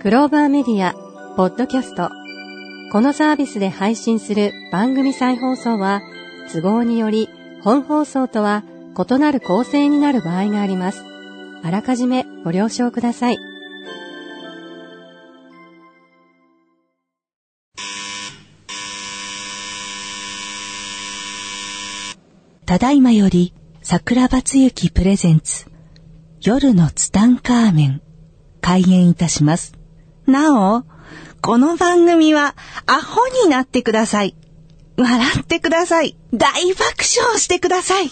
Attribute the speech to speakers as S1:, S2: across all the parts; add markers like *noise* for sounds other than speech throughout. S1: クローバーメディア、ポッドキャスト。このサービスで配信する番組再放送は、都合により本放送とは異なる構成になる場合があります。あらかじめご了承ください。
S2: ただいまより、桜庭つゆきプレゼンツ、夜のツタンカーメン、開演いたします。なお、この番組は、アホになってください。笑ってください。大爆笑してください。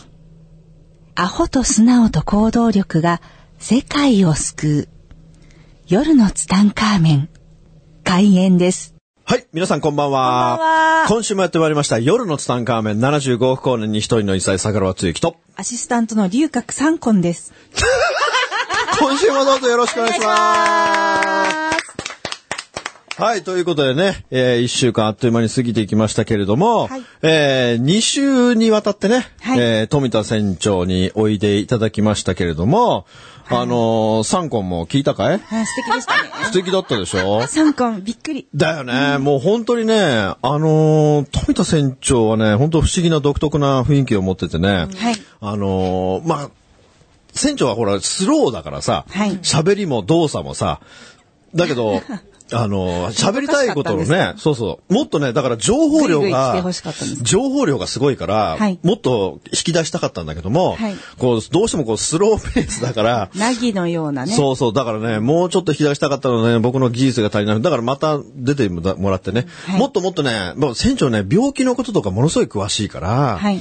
S2: アホと素直と行動力が世界を救う。夜のツタンカーメン、開演です。
S3: はい、皆さんこんばんは。
S2: こんばんは
S3: 今週もやってまいりました、夜のツタンカーメン75億光年に一人の一歳桜はつゆきと、
S2: アシスタントの龍角三根です。
S3: 今週もどうぞよろしくお願いします。はい、ということでね、えー、1週間あっという間に過ぎていきましたけれども、
S2: はい
S3: えー、2週にわたってね、
S2: はい
S3: えー、富田船長においでいただきましたけれども、あのー、三根も聞いたかい
S2: あ素敵でしたね。 *laughs*
S3: 素敵だったでしょ
S2: 三根、びっくり。
S3: だよね、もう本当にね、あのー富田船長はね、本当不思議な独特な雰囲気を持っててね、
S2: はい
S3: あのーまあ、船長はほら、スローだからさ、
S2: はい
S3: 喋りも動作もさ、だ
S2: *laughs*
S3: けど、あのー喋りたいことの
S2: おかし
S3: ね、そうそう、もっとね、だから情報量
S2: ぐいぐい来て
S3: が
S2: 欲しかったんです、
S3: 情報量がすごいから、
S2: はい
S3: もっと引き出したかったんだけども、
S2: はい
S3: こう、どうしてもこう、スローペース
S2: *laughs*
S3: だから、
S2: ナギのようなね。
S3: そうそう。だからね、もうちょっと引き出したかったのね、僕の技術が足りない。だからまた出てもらってね、
S2: はい
S3: もっともっとね、もう船長ね、病気のこととかものすごい詳しいから、
S2: はい。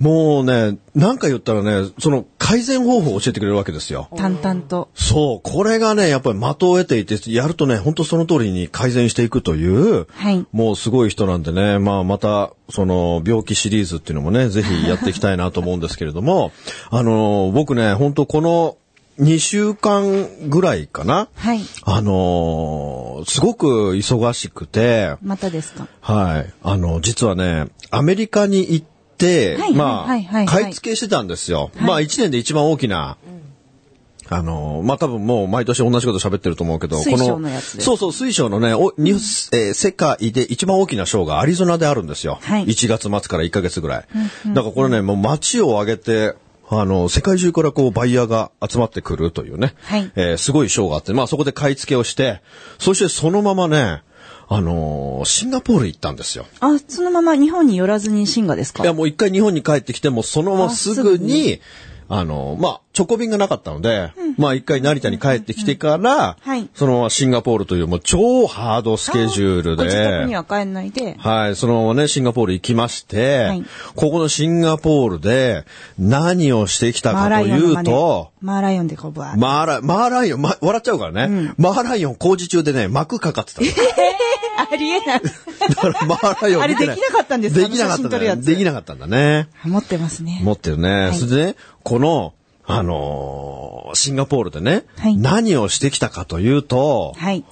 S3: もうね、なんか言ったらね、その改善方法を教えてくれるわけですよ。
S2: 淡々と。
S3: そう。これがね、やっぱり的を得ていて、やるとね、本当その通りに改善していくという、
S2: はい
S3: もうすごい人なんでね、まあまた、その、病気シリーズっていうのもね、ぜひやっていきたいなと思うんですけれども、 *laughs* あの、僕ね、本当この2週間ぐらいかな、
S2: はい
S3: あの、すごく忙しくて、
S2: またですか。
S3: はい。あの、実はね、アメリカに行って、
S2: はいは
S3: ま
S2: いはいはい
S3: あ、買い付けしてたんですよ。まあ、一年で一番大きな、あの、まあ、多分もう毎年同じこと喋ってると思うけど、
S2: 水晶のやつで
S3: そうそう、水晶のね、おニュースえー世界で一番大きなショーがアリゾナであるんですよ。
S2: はい
S3: 1月末から1ヶ月ぐらい。だからこれね、もう街を挙げて、あの、世界中からこう、バイヤーが集まってくるというね、
S2: はい
S3: えーすごいショーがあって、まあそこで買い付けをして、そしてそのままね、あのーシンガポール行ったんですよ。
S2: あ、そのまま日本に寄らずにシンガですか
S3: いや、もう一回日本に帰ってきても、そのまますぐに、あの、まあ、チョコ便がなかったので、まあ一回成田に帰ってきてから、
S2: はい
S3: そのままシンガポールというもう超ハードスケジュール
S2: ご自宅に
S3: で、
S2: は帰んないで。
S3: はい、そのままね、シンガポール行きまして、
S2: はい
S3: ここのシンガポールで何をしてきた
S2: マー
S3: か
S2: ラ
S3: と
S2: イオ
S3: い
S2: ンの真
S3: う
S2: 似
S3: と、
S2: マーライオンでこうぶわーっ
S3: マーラ、マーライオン、ま、笑っちゃうからね、マーライオン工事中でね、幕かかってたの。
S2: *laughs* ありえない。
S3: だからマーライオン見て
S2: あれできなかったんですか
S3: できなかったん
S2: あの写真撮る
S3: だ
S2: や
S3: ね。
S2: つ
S3: できなかったんだね。
S2: 持ってますね。
S3: 持ってるね。
S2: い
S3: それでね、この、あのーシンガポールでね、
S2: はい
S3: 何をしてきたかというと、
S2: はい。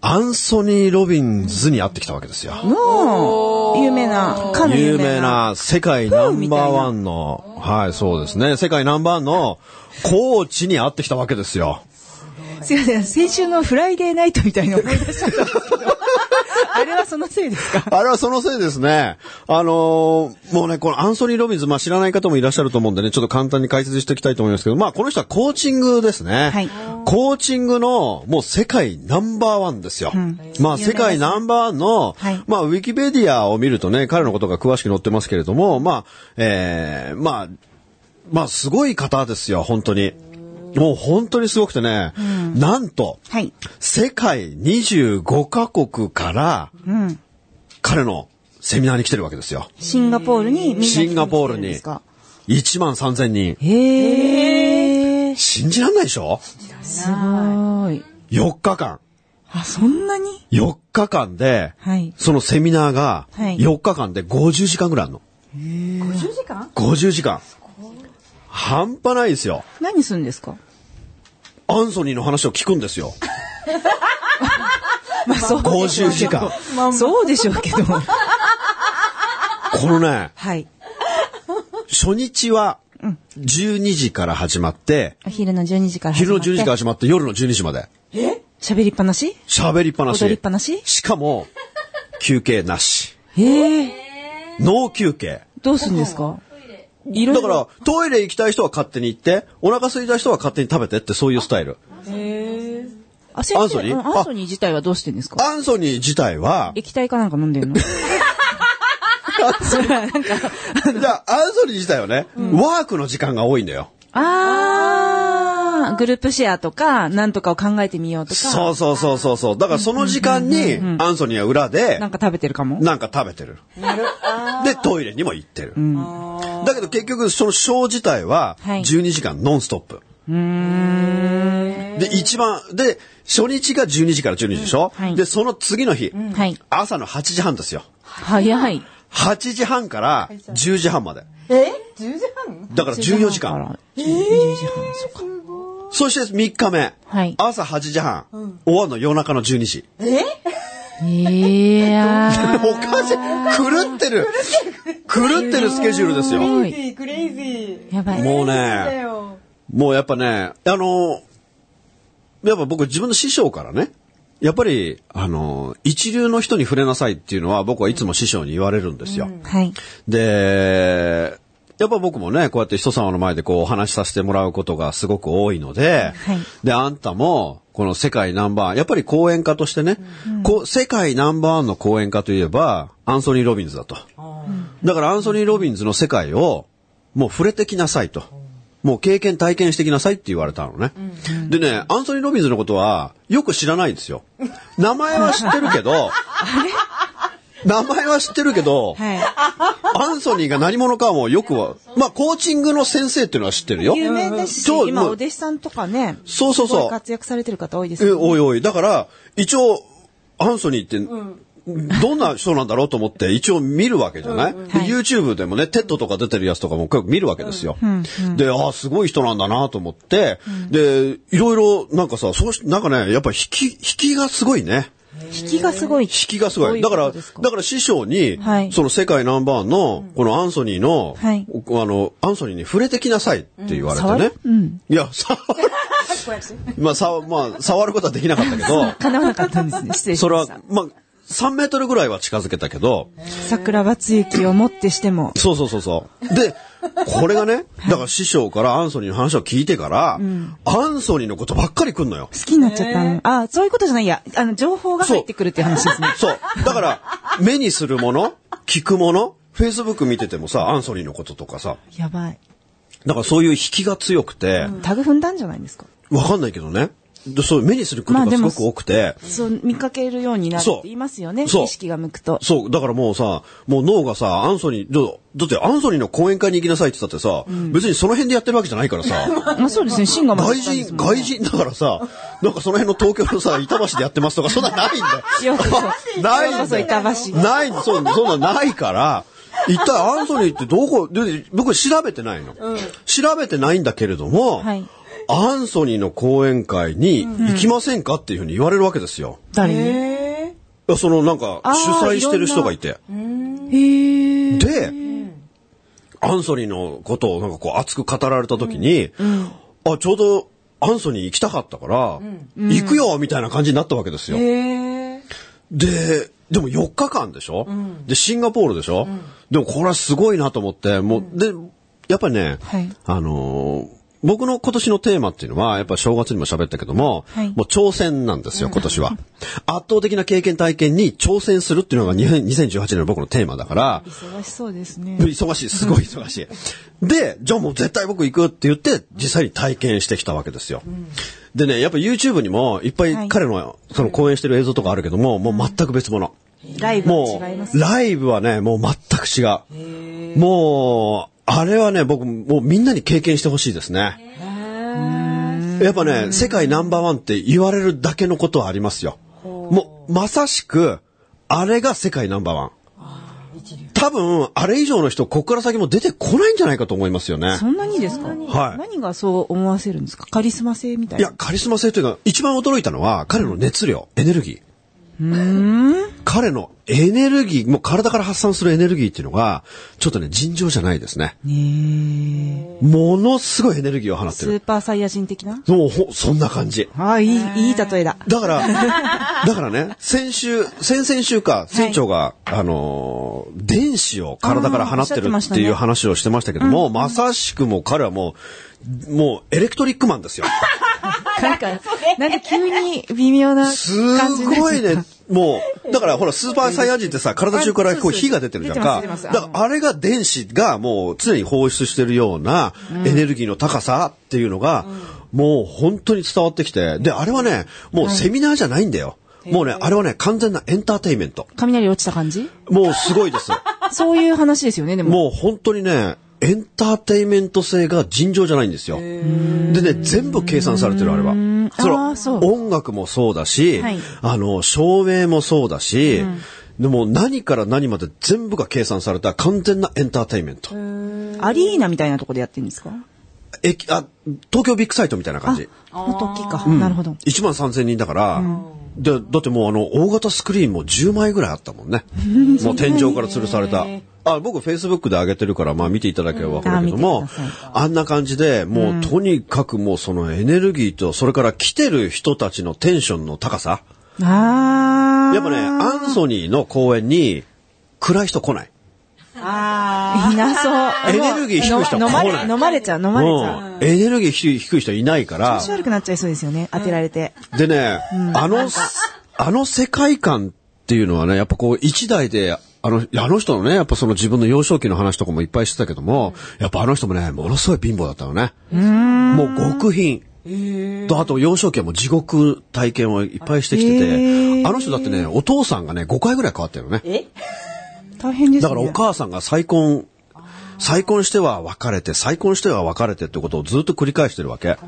S3: アンソニー・ロビンズに会ってきたわけですよ。
S2: もう、有名な、かの有
S3: 有
S2: 名
S3: 名
S2: な。
S3: な世界ナンバーワンの、はい、そうですね。世界ナンバーワンのコーチに会ってきたわけですよ。
S2: すいません、先週のフライデーナイトみたいな思い出
S3: *laughs*
S2: しちゃったんですけど。あれはそのせいですか
S3: あれはそのせいですね。あのーもうね、このアンソニー・ロビンズ、まあ知らない方もいらっしゃると思うんでね、ちょっと簡単に解説していきたいと思いますけど、まあこの人はコーチングですね。
S2: はい
S3: コーチングの、もう世界ナンバーワンですよ。まあ世界ナンバーワンの、
S2: はい
S3: まあウィキペディアを見るとね、彼のことが詳しく載ってますけれども、まあ、えー、まあ、まあすごい方ですよ、本当に。もう本当にすごくてね、なんと、
S2: はい。
S3: 世界25カ国から、
S2: うん。
S3: 彼のセミナーに来てるわけですよ。
S2: シンガポールにみんな来て
S3: シンガポール
S2: るんで
S3: に
S2: すか
S3: 1万3000人。
S2: へえ。
S3: 信じらんないでしょ
S2: すごい。
S3: ?4 日間。
S2: あ、そんなに
S3: 4日間で、
S2: はい
S3: そのセミナーが、
S2: はい
S3: 4日間で50時間ぐらいあるの。50時間 ?50 時間。半端ないですよ。
S2: 何するんですか
S3: アンソニーの話を聞くんですよ。
S2: まあ、そうでしょう
S3: 50
S2: け
S3: 時
S2: ど
S3: 間。
S2: そうでしょうけど。 *laughs*
S3: このね、
S2: はい。
S3: 初日は12時から始まって、
S2: お昼の12時から始
S3: 昼
S2: ま
S3: の
S2: って。
S3: 12時から始まって夜の12時まで。
S2: 喋りっぱなし
S3: 喋りっぱなし。
S2: 踊りっぱなし
S3: しかも、休憩なし。
S2: ええ
S3: 脳休憩。
S2: どうするんですかいろい
S3: だ
S2: ろ。
S3: から、トイレ行きたい人は勝手に行って、お腹空いた人は勝手に食べてって、そういうスタイル。
S2: あ、先生
S3: アンソニー
S2: うんアンソニー自体はどうしてんですか
S3: アンソニー自体は、
S2: 液体かなんか飲ん
S3: *laughs*
S2: でんのそれはなんか、
S3: じゃあ、アンソニー自体はね、ワークの時間が多いんだよ。
S2: あー、グループシェアとか、なんとかを考えてみようとか、
S3: そうそうそうそうそう。だからその時間に、アンソニーは裏で
S2: なん、か食べてるかも。
S3: なんか食べてる。で、トイレにも行ってる。だけど結局、そのショー自体は、
S2: はい
S3: 12時間ノンストップ。で、一番、で、初日が12時から12時でしょ、
S2: はい
S3: で、その次の日、
S2: はい。
S3: 朝の8時半ですよ。
S2: 早い。
S3: 8時半から10時半まで。
S4: え ?10 時半
S3: だから14時間。。
S2: 10時半、そっか。
S3: そして3日目。
S2: はい
S3: 朝8時半。終わるの夜中の12時。
S4: え
S2: いや
S3: *laughs*
S2: ー。
S3: おかしい。狂ってる。狂ってるスケジュールですよ。
S4: クレイジー、クレイジー。
S2: やばい。
S3: もう
S4: だ
S3: ね、
S4: よ。
S3: もうやっぱね、あの、やっぱ僕自分の師匠からね、やっぱり、あの、一流の人に触れなさいっていうのは僕はいつも師匠に言われるんですよ。
S2: はい。
S3: で、やっぱ僕もね、こうやって人様の前でこうお話しさせてもらうことがすごく多いので、
S2: はい
S3: で、あんたも、この世界ナンバーワン、やっぱり講演家としてね、こう世界ナンバーワンの講演家といえば、アンソニー・ロビンズだと。だからアンソニー・ロビンズの世界を、もう触れてきなさいと。もう経験体験してきなさいって言われたのね。でね、アンソニー・ロビンズのことはよく知らないんですよ。名前は知ってる
S2: *laughs*
S3: けど、名前は知ってるけど、
S2: はい。
S3: アンソニーが何者かもよくは、まあ、コーチングの先生っていうのは知ってるよ。
S2: 有名ですし
S3: そ、う
S2: 今、お
S3: もう
S2: 弟子さんとかね、
S3: そうそう
S2: すごい
S3: そう。
S2: 活躍されてる方多いです
S3: え、
S2: よね
S3: おいおい。だから、一応、アンソニーって、どんな人なんだろうと思って、一応見るわけじゃない、で
S2: はい
S3: ?YouTube でもね、TED とか出てるやつとかも結構見るわけですよ。で、ああ、すごい人なんだなと思って、で、いろいろ、なんかさ、そうし、なんかね、やっぱ引き、引きがすごいね。
S2: 引きがすごい。引
S3: 引きがすごい。だから、だから師匠に、
S2: はい
S3: その世界ナンバーワンの、このアンソニーの、
S2: はい
S3: あの、アンソニーに触れてきなさいって言われて
S2: 触
S3: ね
S2: る。うん
S3: いや、
S2: *laughs*
S3: 触る、まあ、さ、まあ、触ることはできなかったけ
S2: *laughs*
S3: ど、
S2: かなわなかったんですね。 *laughs* 失礼し
S3: それ
S2: ま
S3: は
S2: した。、
S3: まあ、3メートルぐらいは近づけたけど、
S2: 桜庭つゆきをもってしても、
S3: そうそうそうそう。で、これ
S2: *laughs*
S3: がね、だから師匠からアンソニーの話を聞いてから、アンソニーのことばっかり来んのよ。
S2: 好きになっちゃったの。あ、そういうことじゃないや。あの、情報が入ってくるっていう話ですね。
S3: そう。だから、目にするもの、聞くもの、Facebook 見ててもさ、アンソニーのこととかさ、
S2: *laughs* やばい。
S3: だからそういう引きが強くて、
S2: タグ踏んだんじゃないですか。
S3: わかんないけどね。でそう、目にすること
S2: まあ
S3: が
S2: ですも
S3: ごく多くて、
S2: そう、見かけるようになるって
S3: そう
S2: 言いますよね。意
S3: そう
S2: 識が向くと。
S3: そう、だからもうさ、もう脳がさ、アンソニー、どだってアンソニーの講演会に行きなさいって言ったってさ、別にその辺でやってるわけじゃないからさ、
S2: *laughs* まあそうですね、シンガーも
S3: 外人、外人だからさ、なんかその辺の東京のさ、板橋でやってますとか、そんなんないんだ
S2: よ
S3: よ。
S2: うこそ
S3: *laughs* ないん
S2: ようこそ
S3: だよ
S2: 板橋
S3: ないんだそんそんなんないから、一体アンソニーってどこ、で僕調べてないの、調べてないんだけれども、
S2: はい
S3: アンソニーの講演会に行きませんかっていうふうに言われるわけですよ。
S2: 誰に
S4: え
S3: いやそのなんか
S2: あー
S3: 主催してる人がいて。
S2: へえ。
S3: で、アンソニーのことをなんかこう熱く語られた時に、あ、ちょうどアンソニー行きたかったから、行くよみたいな感じになったわけですよ。
S4: え
S3: で、でも4日間でしょ、で、シンガポールでしょ、でもこれはすごいなと思って、もう、で、やっぱりね、
S2: はい
S3: あのー僕の今年のテーマっていうのは、やっぱ正月にも喋ったけども、
S2: はい
S3: もう挑戦なんですよ、今年は。圧倒的な経験体験に挑戦するっていうのが2000 2018年の僕のテーマだから、
S2: 忙しそうですね。
S3: 忙しい、すごい忙しい。で、じゃあもう絶対僕行くって言って、実際に体験してきたわけですよ。でね、やっぱ YouTube にもいっぱ
S2: はい
S3: い彼のその講演してる映像とかあるけども、もう全く別物。
S2: ライブ
S3: も
S2: は違います
S3: う、。ライブはね、もう全く違う。もう、あれはね、僕、もうみんなに経験してほしいですね。やっぱね、世界ナンバーワンって言われるだけのことはありますよ。もう、まさしく、あれが世界ナンバーワン。多分、あれ以上の人、ここから先も出てこないんじゃないかと思いますよ *laughs* ね。
S2: そんなにですか
S3: はい
S2: 何がそう思わせるんですかカリスマ性みたい
S3: い
S2: な。
S3: や、カリスマ性というか、一番驚いたのは、彼の熱量、エネルギー。彼のエネルギー、もう体から発散するエネルギーっていうのが、ちょっとね、尋常じゃないですね。
S2: ねえ
S3: ものすごいエネルギーを放って
S2: スー
S3: る。
S2: パーサイヤ人的な
S3: もうほ、そんな感じ。
S2: ああ、いい、いい例えだ。*laughs*
S3: だから、だからね、先週、先々週か、船長が、あのー電子を体から放って
S2: あー
S3: る
S2: おっしゃってま
S3: っ
S2: した
S3: て
S2: ね
S3: いう話をしてましたけども、まさしくもう彼はもう、もうエレクトリックマンですよ。
S2: なんか、なんか急に微妙な
S3: す
S2: 感じになっちゃった
S3: ごいね。もう、だからほら、スーパーサイヤ人ってさ、体中からこう
S2: あそうそう
S3: 火が出てるじゃんか。
S2: 出てます出
S3: だ
S2: てます
S3: からあれが電子がもう常に放出してるようなエネルギーの高さっていうのが、もう本当に伝わってきて、で、あれはね、もうセミナーじゃないんだよ。もうね、あれはね、完全なエンターテインメント。
S2: 雷落ちた感じ
S3: もうすごい
S2: *laughs*
S3: です。
S2: そういう話ですよね、でも。
S3: もう本当にね、エンターテインメント性が尋常じゃないんですよ。でね、全部計算されてる、あれは。
S2: あ
S3: そ
S2: ー
S3: の
S2: そう
S3: 音楽もそうだし、
S2: はい
S3: あの、照明もそうだし、でも何から何まで全部が計算された完全なエンターテインメント。
S2: アリーナみたいなとこでやってるんですか
S3: 駅あ東京ビッグサイトみたいな感じ。
S2: もっと大きいか。なるほど。
S3: 1万3000人だから、でだってもうあの大型スクリーンも10枚ぐらいあったも
S2: *laughs*
S3: んねもう天井から吊るされたあ僕フェイスブックで上げてるから、まあ、見ていただければ分かるけど
S2: うんあ
S3: も
S2: 見てくださ
S3: あんな感じでもう、とにかくもうそのエネルギーとそれから来てる人たちのテンションの高さ
S2: ああ。
S3: やっぱねアンソニーの公演に暗い人来ない
S2: いなそう。
S3: エネルギー低い人
S2: 飲ま
S3: 来ない
S2: れ、飲まれちゃう、飲まれちゃう。
S3: うん、エネルギー低低い人いないから
S2: 調子悪くなっちゃいそうですよね、当てられて。
S3: でね、あの、あの世界観っていうのはね、やっぱこう一代で、あの、あの人のね、やっぱその自分の幼少期の話とかもいっぱいしてたけども、やっぱあの人もね、ものすごい貧乏だったのね。もう極貧。と、あと幼少期はもう地獄体験をいっぱいしてきてて、
S2: へー
S3: あの人だってね、お父さんがね、5回ぐらい変わってるのね。
S2: 大変ですね。
S3: だからお母さんが再婚、再婚しては別れて、再婚しては別れてってことをずっと繰り返してるわけ。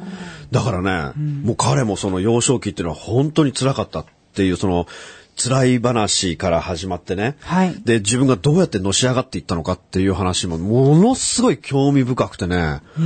S3: だからね、もう彼もその幼少期っていうのは本当に辛かったっていう、その、辛い話から始まってね。
S2: はい
S3: で、自分がどうやってのし上がっていったのかっていう話も、ものすごい興味深くてね。
S2: へ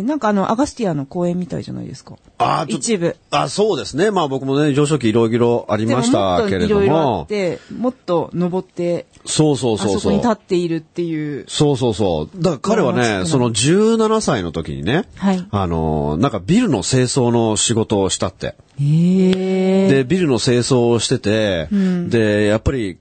S2: え、なんかあの、アガスティアの公演みたいじゃないですか。
S3: あーちょっと
S2: 一部。
S3: あ、そうですね。まあ僕もね、幼少期いろいろあり
S2: でも
S3: ま
S2: も
S3: し
S2: っと
S3: たけれ
S2: い
S3: ど
S2: ろいろあ
S3: も
S2: っ。て、もっと登って、
S3: そうそう
S2: あ
S3: そうそう。
S2: そこに立っているっていう。
S3: そうそうそう。だから彼
S2: うわー
S3: はね、その17歳の時にね、
S2: はい
S3: あのー、なんかビルの清掃の仕事をしたって。
S2: へえ。
S3: で、ビルの清掃をしてて、で、やっぱり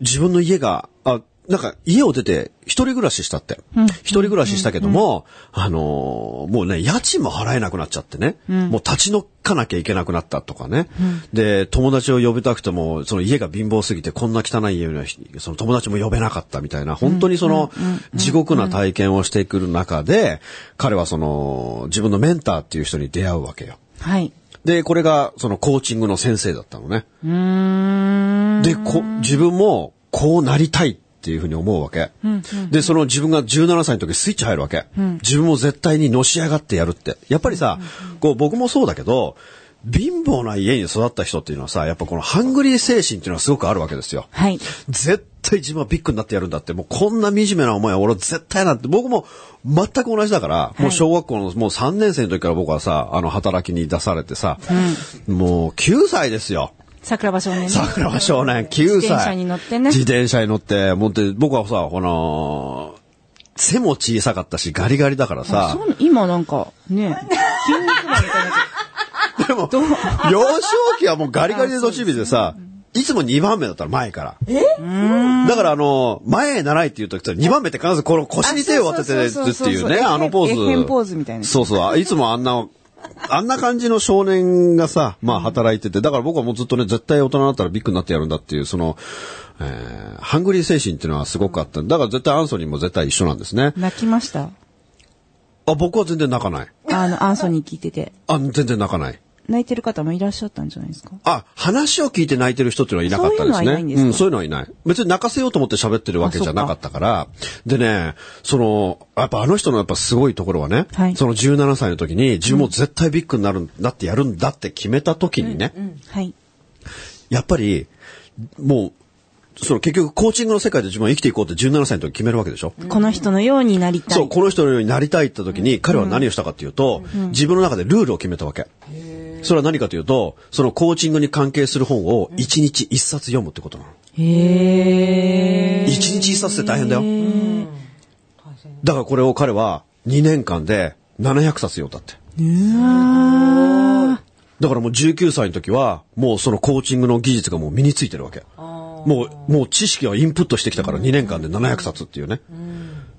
S3: 自分の家が、あ、なんか家を出て一人暮らししたって。一人暮らししたけども、あのーもうね、家賃も払えなくなっちゃってね、もう立ち退かなきゃいけなくなったとかね。で、友達を呼びたくても、その家が貧乏すぎてこんな汚い家にはひ、その友達も呼べなかったみたいな、本当にその地獄な体験をしてくる中で、彼はその自分のメンターっていう人に出会うわけよ。
S2: はい。
S3: で、これが、そのコーチングの先生だったのね。で、こ、自分も、こうなりたいっていうふうに思うわけ。で、その自分が17歳の時スイッチ入るわけ。自分も絶対にのし上がってやるって。やっぱりさ、こう僕もそうだけど、貧乏な家に育った人っていうのはさ、やっぱこのハングリー精神っていうのはすごくあるわけですよ。
S2: はい。
S3: 絶対自分はビッグになってやるんだって、もうこんな惨めな思いは俺は絶対なんて、僕も全く同じだから、もう小学校のもう3年生の時から僕はさ、あの働きに出されてさ、もう9歳ですよ。
S2: 桜庭少年ね。
S3: 桜庭少年、9歳。
S2: 自転車に乗ってね
S3: 自転車に乗って、もうで僕はさ、この、背も小さかったし、ガリガリだからさ、
S2: そう今なんか、ね、筋肉マンみたいな。
S3: でも、幼少期はもうガリガリでどっちみでさ、いつも2番目だったら前から。だからあの、前へ習いっていう時と2番目って必ずこの腰に手を当ててるっていうね、
S2: あ
S3: あのポー
S2: そうそうそうそう
S3: ズ。
S2: エッヘンポーズみたいな
S3: そうそう。いつもあんな、あんな感じの少年がさ、まあ働いてて、だから僕はもうずっとね、絶対大人になったらビッグになってやるんだっていう、その、えーハングリー精神っていうのはすごくあった。だから絶対アンソニーも絶対一緒なんですね。
S2: 泣きました。
S3: あ、僕は全然泣かない。
S2: あの、アンソニー聞いてて。
S3: あ、全然泣かない。
S2: 泣いてる方もいらっしゃったんじゃないですか
S3: あ、話を聞いて泣いてる人っていうのはいなかったです
S2: そういうのはいないん
S3: ね。
S2: ですか
S3: ん、そういうのはいない。別に泣かせようと思って喋ってるわけじゃなかったから。でね、その、やっぱあの人のやっぱすごいところはね、
S2: はい
S3: その17歳の時に自分も絶対ビッグになるんだってやるんだって決めた時にね、
S2: はい。
S3: やっぱり、もう、その結局コーチングの世界で自分は生きていこうって17歳の時に決めるわけでしょ。
S2: この人のようになりたい。
S3: そう、この人のようになりたいって時に、彼は何をしたかっていうと、自分の中でルールを決めたわけ。それは何かというと、そのコーチングに関係する本を1日1冊読むってことなの。
S2: へえ。
S3: 1日1冊って大変だよ。だからこれを彼は2年間で700冊読んだって。
S2: うわー
S3: だからもう19歳の時は、もうそのコーチングの技術がもう身についてるわけ。もう、もう知識はインプットしてきたから2年間で700冊っていうね。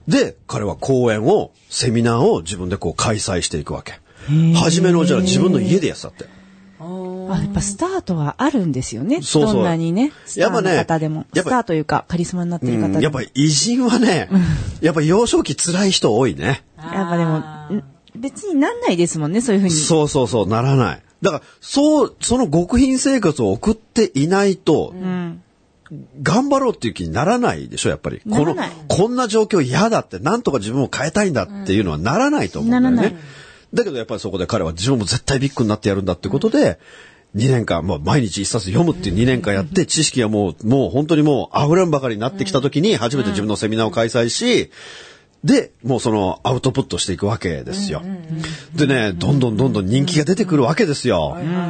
S3: で、彼は講演を、セミナーを自分でこう開催していくわけ。初めのじゃあ自分の家でやってたって。
S2: あ、やっぱスタートはあるんですよね。
S3: そうそう
S2: どんなにね、スタ
S3: やっ
S2: ー
S3: ぱね
S2: の方でも。
S3: やっぱ
S2: スターというか、カリスマになってる方で
S3: う
S2: も。
S3: ん、やっぱり偉人はね、やっぱ幼少期辛い人多いね。
S2: やっぱでも、ん別になんないですもんね、そういうふうに。
S3: そうそうそう、ならない。だから、そう、その極貧生活を送っていないと、
S2: うん。
S3: 頑張ろうっていう気にならないでしょ、やっぱり。こ
S2: なら
S3: の
S2: ない、
S3: こんな状況嫌だって、なんとか自分を変えたいんだっていうのはならないと思うんだよ
S2: ならな
S3: ね。
S2: い
S3: だけどやっぱりそこで彼は自分も絶対ビッグになってやるんだってことで、2年間、まあ、毎日一冊読むっていう2年間やって、知識がもう、もう本当にもう溢れんばかりになってきた時に、初めて自分のセミナーを開催し、で、もうそのアウトプットしていくわけですよ。でね、どんどんどんどん人気が出てくるわけですよ
S4: はい。はいはい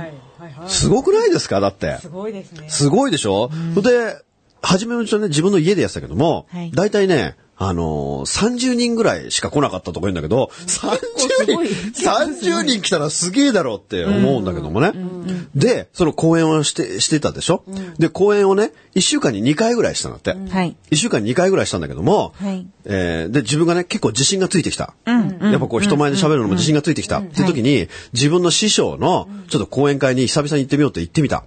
S4: はい。
S3: すごくないですかだって。
S4: すごいですね。
S3: すごいでしょ、それで、初めのうちはね、自分の家でやってたけども、
S2: はい
S3: 大体ね、あのー30人ぐらいしか来なかったとこ言うんだけど、30人、30人来たらすげえだろうって思うんだけどもね。で、その講演をして、してたでしょ、で、講演をね、1週間に2回ぐらいしたんだって。
S2: はい。
S3: 一週間に2回ぐらいしたんだけども、
S2: はい
S3: えーで、自分がね、結構自信がついてきた。やっぱこう人前で喋るのも自信がついてきた。って時に、自分の師匠の、ちょっと講演会に久々に行ってみようって行ってみた。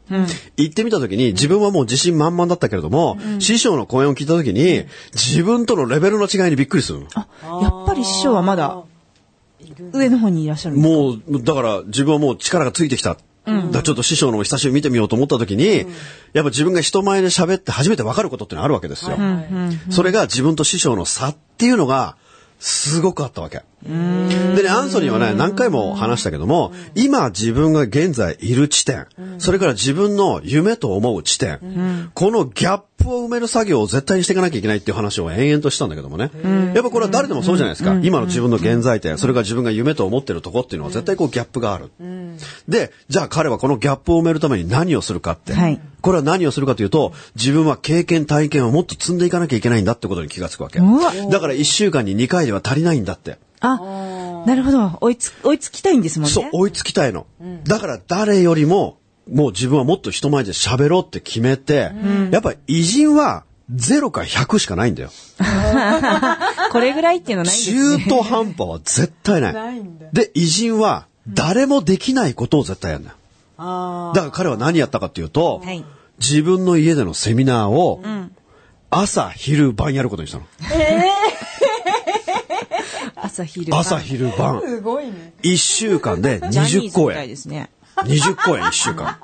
S3: 行ってみた時に、自分はもう自信満々だったけれども、師匠の講演を聞いた時に、自分とのレベルの違いにびっくりするの。
S2: あやっぱり師匠はまだ、上の方にいらっしゃるんです
S3: もう、だから自分はもう力がついてきた。だからちょっと師匠の久しぶりに見てみようと思った時に、やっぱ自分が人前で喋って初めて分かることってのあるわけですよ。それが自分と師匠の差っていうのが、すごくあったわけ。でね、アンソニーはね、何回も話したけども、今自分が現在いる地点、それから自分の夢と思う地点、このギャップを埋める作業を絶対にしていかなきゃいけないっていう話を延々としたんだけどもね。やっぱこれは誰でもそうじゃないですか。今の自分の現在点、それから自分が夢と思ってるとこっていうのは絶対こうギャップがある。で、じゃあ彼はこのギャップを埋めるために何をするかって。
S2: はい
S3: これは何をするかというと、自分は経験、体験をもっと積んでいかなきゃいけないんだってことに気がつくわけ。だ
S2: うわ
S3: から1週間に2回では足りないんだって。
S2: あ、なるほど。追いつ、追いつきたいんですもんね。
S3: そう、追いつきたいの。だから誰よりも、もう自分はもっと人前で喋ろうって決めて、やっぱ偉人は0か100しかないんだよ。
S2: これぐらいっていうのないんですね。
S3: 中途半端は絶対ない。
S4: ないんだ
S3: で、偉人は誰もできないことを絶対やるんだよ。
S4: あ
S3: だから彼は何やったかっていうと、
S2: はい
S3: 自分の家でのセミナーを、朝、昼、晩やることにしたの。
S2: 朝昼。
S3: 朝、昼、晩
S4: あ。。すごいね。
S3: 1週間で
S2: ジャニー
S3: 20
S2: ズみ
S3: 公
S2: たいで
S3: 演。
S2: すね。
S3: 20公演1週間。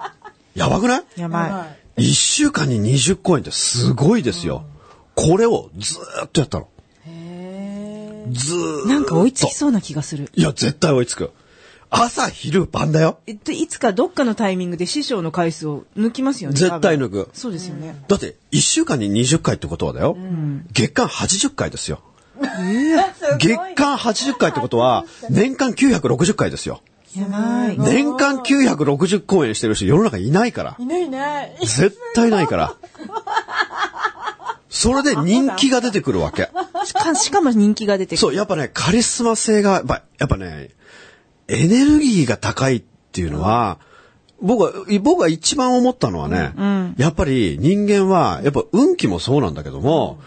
S3: やばくない
S2: や
S4: は
S2: ば
S4: い。
S3: 一週間に20公演ってすごいですよ。これをずーっとやったの。ずー
S2: い。
S3: っと。
S2: なんか追いつきそうな気がする。
S3: いや、絶対追いつく。朝、昼、晩だよ。
S2: えっと、いつかどっかのタイミングで師匠の回数を抜きますよね。
S3: 絶対抜く
S2: 多分そうですよね。
S3: だって、一週間に20回ってことはだよ。月間80回ですよ。月間80回ってことは、年間960回ですよ。
S2: やばい。
S3: 年間960公演してる人世の中いないから。
S4: いないいない。
S3: 絶対ないから。それで人気が出てくるわけ。
S2: しかしかも人気が出てく
S3: そう、やっぱね、カリスマ性が、やっぱやっぱね、エネルギーが高いっていうのは、僕は、僕は一番思ったのはね、やっぱり人間は、やっぱ運気もそうなんだけども、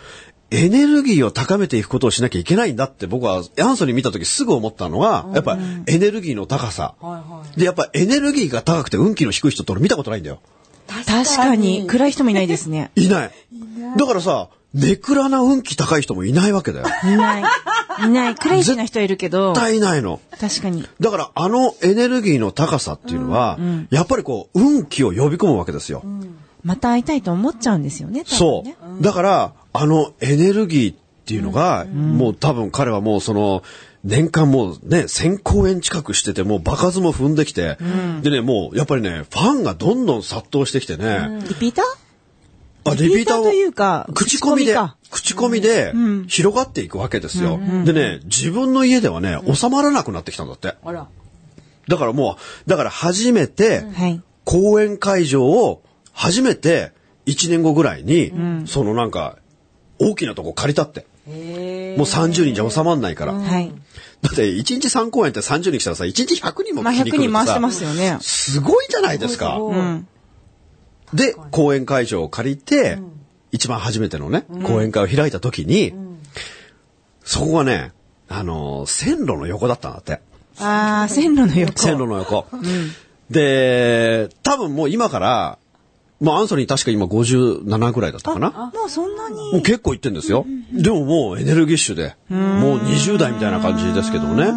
S3: エネルギーを高めていくことをしなきゃいけないんだって僕は、アンソニー見た時すぐ思ったのは、やっぱエネルギーの高さ。
S4: はいはい。
S3: で、やっぱエネルギーが高くて運気の低い人って俺見たことないんだよ。。
S2: る。確かに、暗い人もいないですね
S3: いない。だからさ、ネクラな運気高い人もいないわけだよ。
S2: いない。い *laughs* ない。クレイジーな人はいるけど、
S3: 絶対いないの。
S2: 確かに。
S3: だからあのエネルギーの高さっていうのは、やっぱりこう、運気を呼び込むわけですよ。
S2: また会いたいと思っちゃうんですよね。多分
S3: そ
S2: ね
S3: う。だから、あのエネルギーっていうのが、もう多分彼はもうその、年間もうね、1000公演近くしてて、もう場数も踏んできて、でね、もうやっぱりね、ファンがどんどん殺到してきてね、
S2: リピーター
S3: あ
S2: リピーターというか
S3: 口コミで
S2: 口コミか、
S3: 口コミで広がっていくわけですよ。でね、自分の家ではね、収まらなくなってきたんだって。
S4: あら。
S3: だからもう、だから初めて、
S2: はい。
S3: 公演会場を初めて1年後ぐらいに、そのなんか、大きなとこ借りたって。
S4: え
S3: もう30人じゃ収まんないから。
S2: はい。
S3: だって1日3公演って30人来たらさ、1日100人も
S2: まあ、
S3: 来に
S2: 100
S3: 来る
S2: 人回して
S3: と
S2: ま
S3: さ、
S2: すよね。
S3: すごいじゃないですか。
S2: うん。
S3: で、講演会場を借りて、一番初めてのね、講演会を開いた時に、そこがね、あのー線路の横だったんだって。
S2: ああ、線路の横。
S3: 線路の横。で、多分もう今から、もうアンソニー確か今57ぐらいだったかな。
S2: もうそんなに。
S3: もう結構いってんですよ。でももうエネルギッシュで、もう20代みたいな感じですけどもね。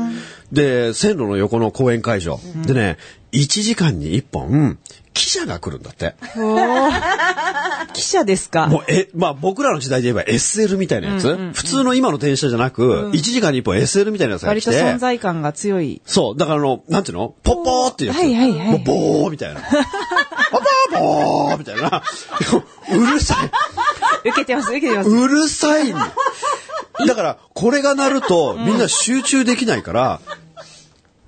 S3: で、線路の横の公演会場。でね、1時間に1本、記者が来るんだ *laughs* って。
S2: 記者ですか。
S3: もう、え、まあ僕らの時代で言えば SL みたいなやつ、普通の今の電車じゃなく、1時間に1本 SL みたいなやつが
S2: 割
S3: 来
S2: と
S3: て。
S2: 存在感が強い。
S3: そう、だからあの、なんていうのポッポーっていうやつ。
S2: はいはいはい
S3: もうボーみたいな。ポポーボーみたいな。うるさい。
S2: 受けてます、受けてます。
S3: うるさい。だから、これが鳴ると、みんな集中できないから、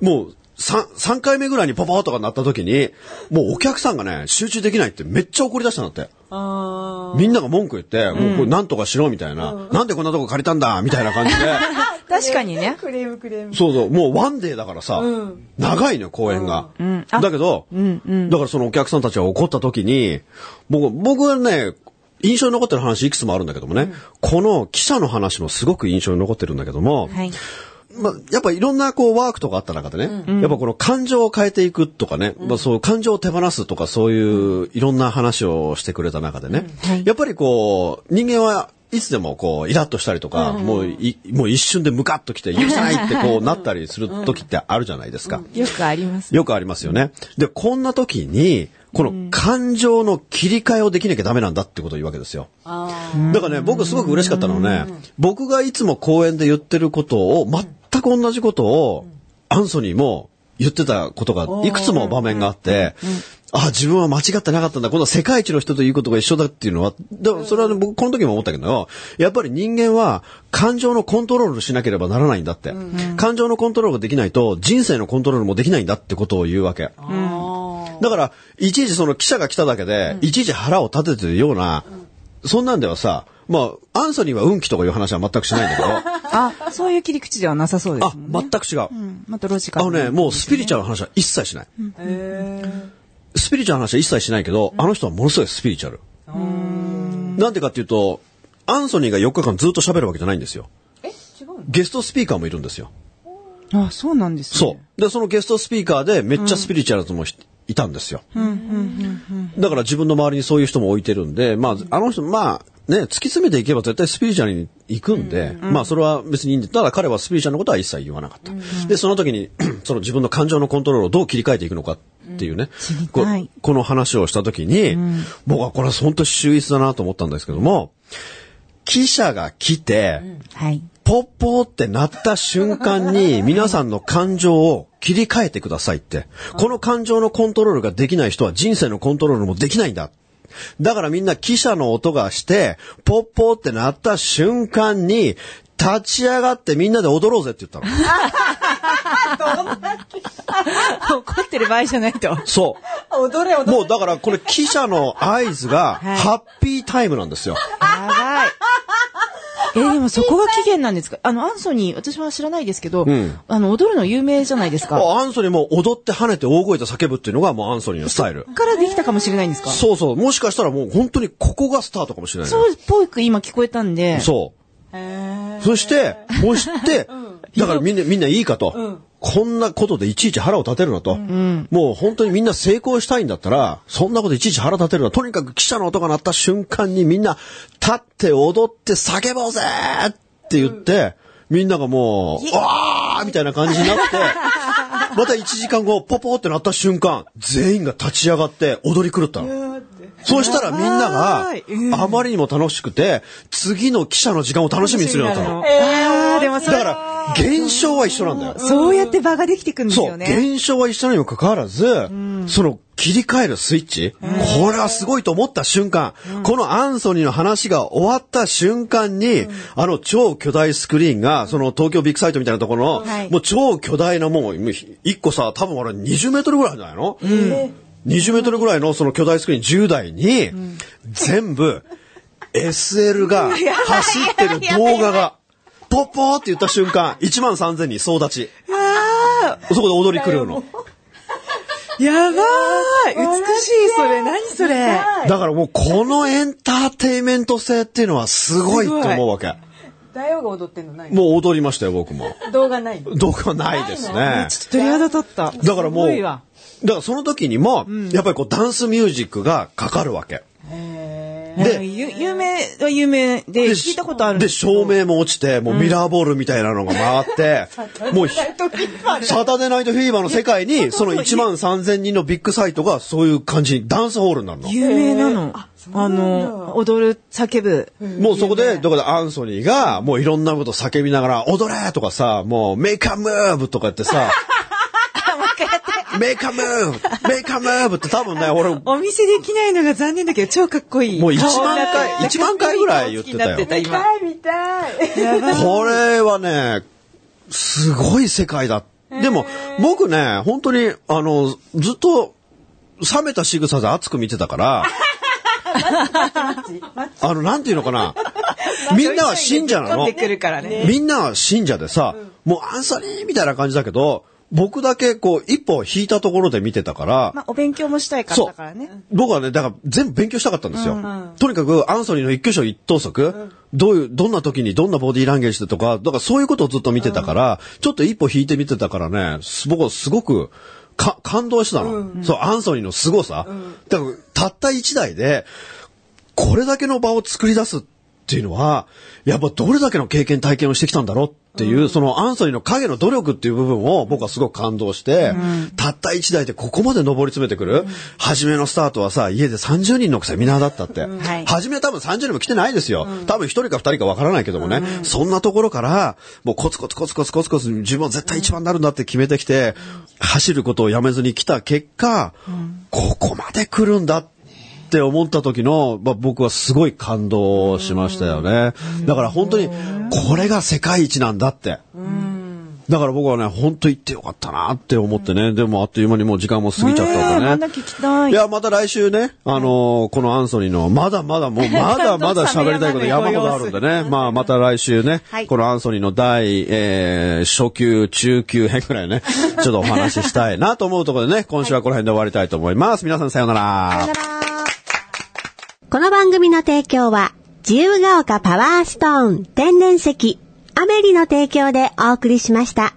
S3: もう、三、三回目ぐらいにパパーとか鳴った時に、もうお客さんがね、集中できないってめっちゃ怒り出したんだって。
S4: あ
S3: みんなが文句言って、もうこれなんとかしろみたいな、なんでこんなとこ借りたんだみたいな感じで。
S2: *laughs* 確かに
S4: ー
S2: ね。
S4: クレームクレーム。
S3: そうそう、もうワンデーだからさ、
S4: うん
S3: 長いのよ、公演が。
S2: んあ
S3: だけど、
S2: うんうん
S3: だからそのお客さんたちが怒った時に、僕、僕はね、印象に残ってる話いくつもあるんだけどもね、この記者の話もすごく印象に残ってるんだけども、
S2: はい。
S3: まあ、やっぱいろんなこうワークとかあった中でね、やっぱこの感情を変えていくとかね、まあそう感情を手放すとかそういういろんな話をしてくれた中でね、
S2: はい
S3: やっぱりこう人間はいつでもこうイラッとしたりとか、もういもう一瞬でムカッとき *laughs* て許さないってこうなったりする時ってあるじゃないですか。
S2: よくあります。
S3: よくありますよね。で、こんな時に、この感情の切り替えをできなきゃダメなんだってことを言うわけですよ。
S4: あ
S3: だからね、僕すごく嬉しかったのはね、僕がいつも公演で言ってることを、全く同じことを、アンソニーも言ってたことが、いくつも場面があって、あ、自分は間違ってなかったんだ。この世界一の人ということが一緒だっていうのは、だからそれはね、僕この時も思ったけど、やっぱり人間は感情のコントロールしなければならないんだって。感情のコントロールができないと、人生のコントロールもできないんだってことを言うわけ。
S4: あ。あ
S3: だから、いちいちその記者が来ただけで、いちいち腹を立ててるような、そんなんではさ、まあ、アンソニーは運気とかいう話は全くしないんだけど、
S2: あ、そういう切り口ではなさそうで
S3: あ
S2: す、もんね。
S3: 全く違う。
S2: うん。またロジカ
S3: あの
S2: ルな。
S3: ね、もうスピリチュアルの話は一切しない。
S4: ー。えー。
S3: スピリチュアルの話は一切しないけど、あの人はものすごいスピリチュアル。なんでかっていうと、アンソニーが4日間ずっと喋るわけじゃないんですよ。
S4: え、違うの
S3: ゲストスピーカーもいるんですよ。
S2: あ、そうなんですね。
S3: そう。で、そのゲストスピーカーでめっちゃスピリチュアルズもひいたんですよ。だから自分の周りにそういう人も置いてるんで、まあ、あの人、まあ、ね、突き詰めていけば絶対スピリチュアルに行くんで、まあ、それは別にいいんで、ただ彼はスピリチュアルのことは一切言わなかった。で、その時に、 *clears throat* その自分の感情のコントロールをどう切り替えていくのかっていうね、
S2: 知り
S3: こ
S2: たい
S3: この話をした時に、僕はこれは本当秀逸だなと思ったんですけども、記者が来て、
S2: はい。
S3: ポッポーって鳴った瞬間に皆さんの感情を切り替えてくださいって。この感情のコントロールができない人は人生のコントロールもできないんだ。だからみんな汽車の音がして、ポッポーって鳴った瞬間に立ち上がってみんなで踊ろうぜって言ったの。
S2: 怒ってる場合じゃないと。
S3: そ
S4: 踊れ踊
S3: う。
S4: れ。
S3: もうだからこれ汽車の合図が
S2: はい
S3: ハッピータイムなんですよ。
S2: やばい。えーでもそこが起源なんですかあの、アンソニー、私は知らないですけど、
S3: ん
S2: あの、踊るの有名じゃないですか。こ
S3: アンソニーも踊って跳ねて大声で叫ぶっていうのがもうアンソニーのスタイル。
S2: こからできたかもしれないんですか
S3: そうそう。もしかしたらもう本当にここがスタートかもしれないね。
S2: そうっぽく今聞こえたんで。
S3: そう。
S4: えー。
S3: そして、そ *laughs* して、だからみんな、みんないいかと、
S4: ん
S3: こんなことでいちいち腹を立てるなと、もう本当にみんな成功したいんだったら、そんなこといちいち腹立てるな。とにかく記者の音が鳴った瞬間にみんな、立って踊って叫ぼうぜって言って、みんながもう、わーみたいな感じに *laughs* なって、また1時間後、ポポーって鳴った瞬間、全員が立ち上がって踊り狂ったの。そうしたらみんな
S2: やばいうん
S3: が、あまりにも楽しくて、次の記者の時間を楽しみにするようになったの。
S2: あーでもそ
S3: だ
S2: れ
S3: から、現象は一緒なんだよ。
S2: そうやって場ができてくんです
S3: そ
S2: よ
S3: う、
S2: ね。
S3: 現象は一緒なにもかかわらず、その切り替えるスイッチ、これはすごいと思った瞬間、このアンソニーの話が終わった瞬間に、あの超巨大スクリーンが、その東京ビッグサイトみたいなところの、
S2: はい
S3: もう超巨大なもう、一個さ、多分あれ20メートルぐらいあるんじゃないの、
S4: え
S3: 20メートルぐらいのその巨大スクリーン10台に、全部 SL
S4: *laughs*
S3: が走ってる動画が、ポッポーって言った瞬間、1万3000人総立ち。そこで踊り狂うの。
S4: ーやばい美しい、それ。何それ。
S3: だからもうこのエンターテイメント性っていうのはすごいと思うわけ。
S4: 大王が踊ってんのない
S3: もう踊りましたよ、僕も。
S4: 動画ない
S3: どこないですね。
S4: 鳥肌立った。
S3: だからもう、
S4: すごい
S3: だ
S4: わ
S3: からその時にも、やっぱりこうダンスミュージックがかかるわけ。
S4: へ
S3: で
S2: うんゆ有名は有名で、
S3: で
S2: 聞いたことあるん
S3: で、
S2: ですけど
S3: 照明も落ちて、もうミラーボールみたいなのが回って、もうひ、
S4: ー鳥肌立っ
S3: サタデーナイトフィーバーの世界に、その1万3000人のビッグサイトがそういう感じにダンスホールになるの。
S2: 有名なの。あの、踊る、叫ぶ。
S3: もうそこで、だからアンソニーが、もういろんなこと叫びながら、踊れとかさ、もう、メイカムーブとかやっ
S2: *laughs*
S3: てさ、メイカムーブメイカムーブって多分ね、俺、も
S2: お見せできないのが残念だけど、超かっこいい。
S3: う1
S2: 顔の
S3: 万
S2: 中
S3: 回、1万回ぐらい言ってたよ。
S4: た。見たい、見たい。
S3: これはね、すごい世界だ。でも、僕ね、本当に、あの、ずっと、冷めた仕草で熱く見てたから、あの、なんていうのかな。みんなは信者な
S2: 突っ込ん
S3: の
S2: で。くるからね。
S3: みんなは信者でさ、もうアンサリーみたいな感じだけど、僕だけこう、一歩引いたところで見てたから、
S2: まあ、お勉強もしたいからだからね。
S3: 僕はね、だから全部勉強したかったんですよ。とにかく、アンソニーの一挙手一投足、どういう、どんな時にどんなボディーランゲージでとか、だからそういうことをずっと見てたから、ちょっと一歩引いて見てたからね、す僕はすごく、か、感動してたの。そう、アンソニーの凄さ。だから、たった一台で、これだけの場を作り出すっていうのは、やっぱどれだけの経験体験をしてきたんだろうっていう、そのアンソニーの影の努力っていう部分を僕はすごく感動して、たった一台でここまで上り詰めてくる、初めのスタートはさ、家で30人のセミナーだったって。
S2: はい
S3: 初め多分30人も来てないですよ。多分1人か2人かわからないけどもね、そんなところから、もうコツコツコツコツコツコツ自分は絶対一番になるんだって決めてきて、走ることをやめずに来た結果、ここまで来るんだって思った時の、まあ、僕はすごい感動しましたよね。だから本当に、これが世界一なんだって。だから僕はね、本当行ってよかったなって思ってね、でもあっという間にもう時間も過ぎちゃったから
S2: ね
S3: ね。
S2: えなんだ聞きたい
S3: いや、また来週ね、あのーこのアンソニーの、まだまだもう、まだまだ喋りたいこと山ほどあるんでね、まあまた来週ね、
S2: はい
S3: このアンソニーの第、えー、初級、中級編ぐらいね、ちょっとお話ししたいなと思うところでね、今週はこの辺で終わりたいと思います。皆さんさようなら。
S5: この番組の提供は、自由が丘パワーストーン天然石、アメリの提供でお送りしました。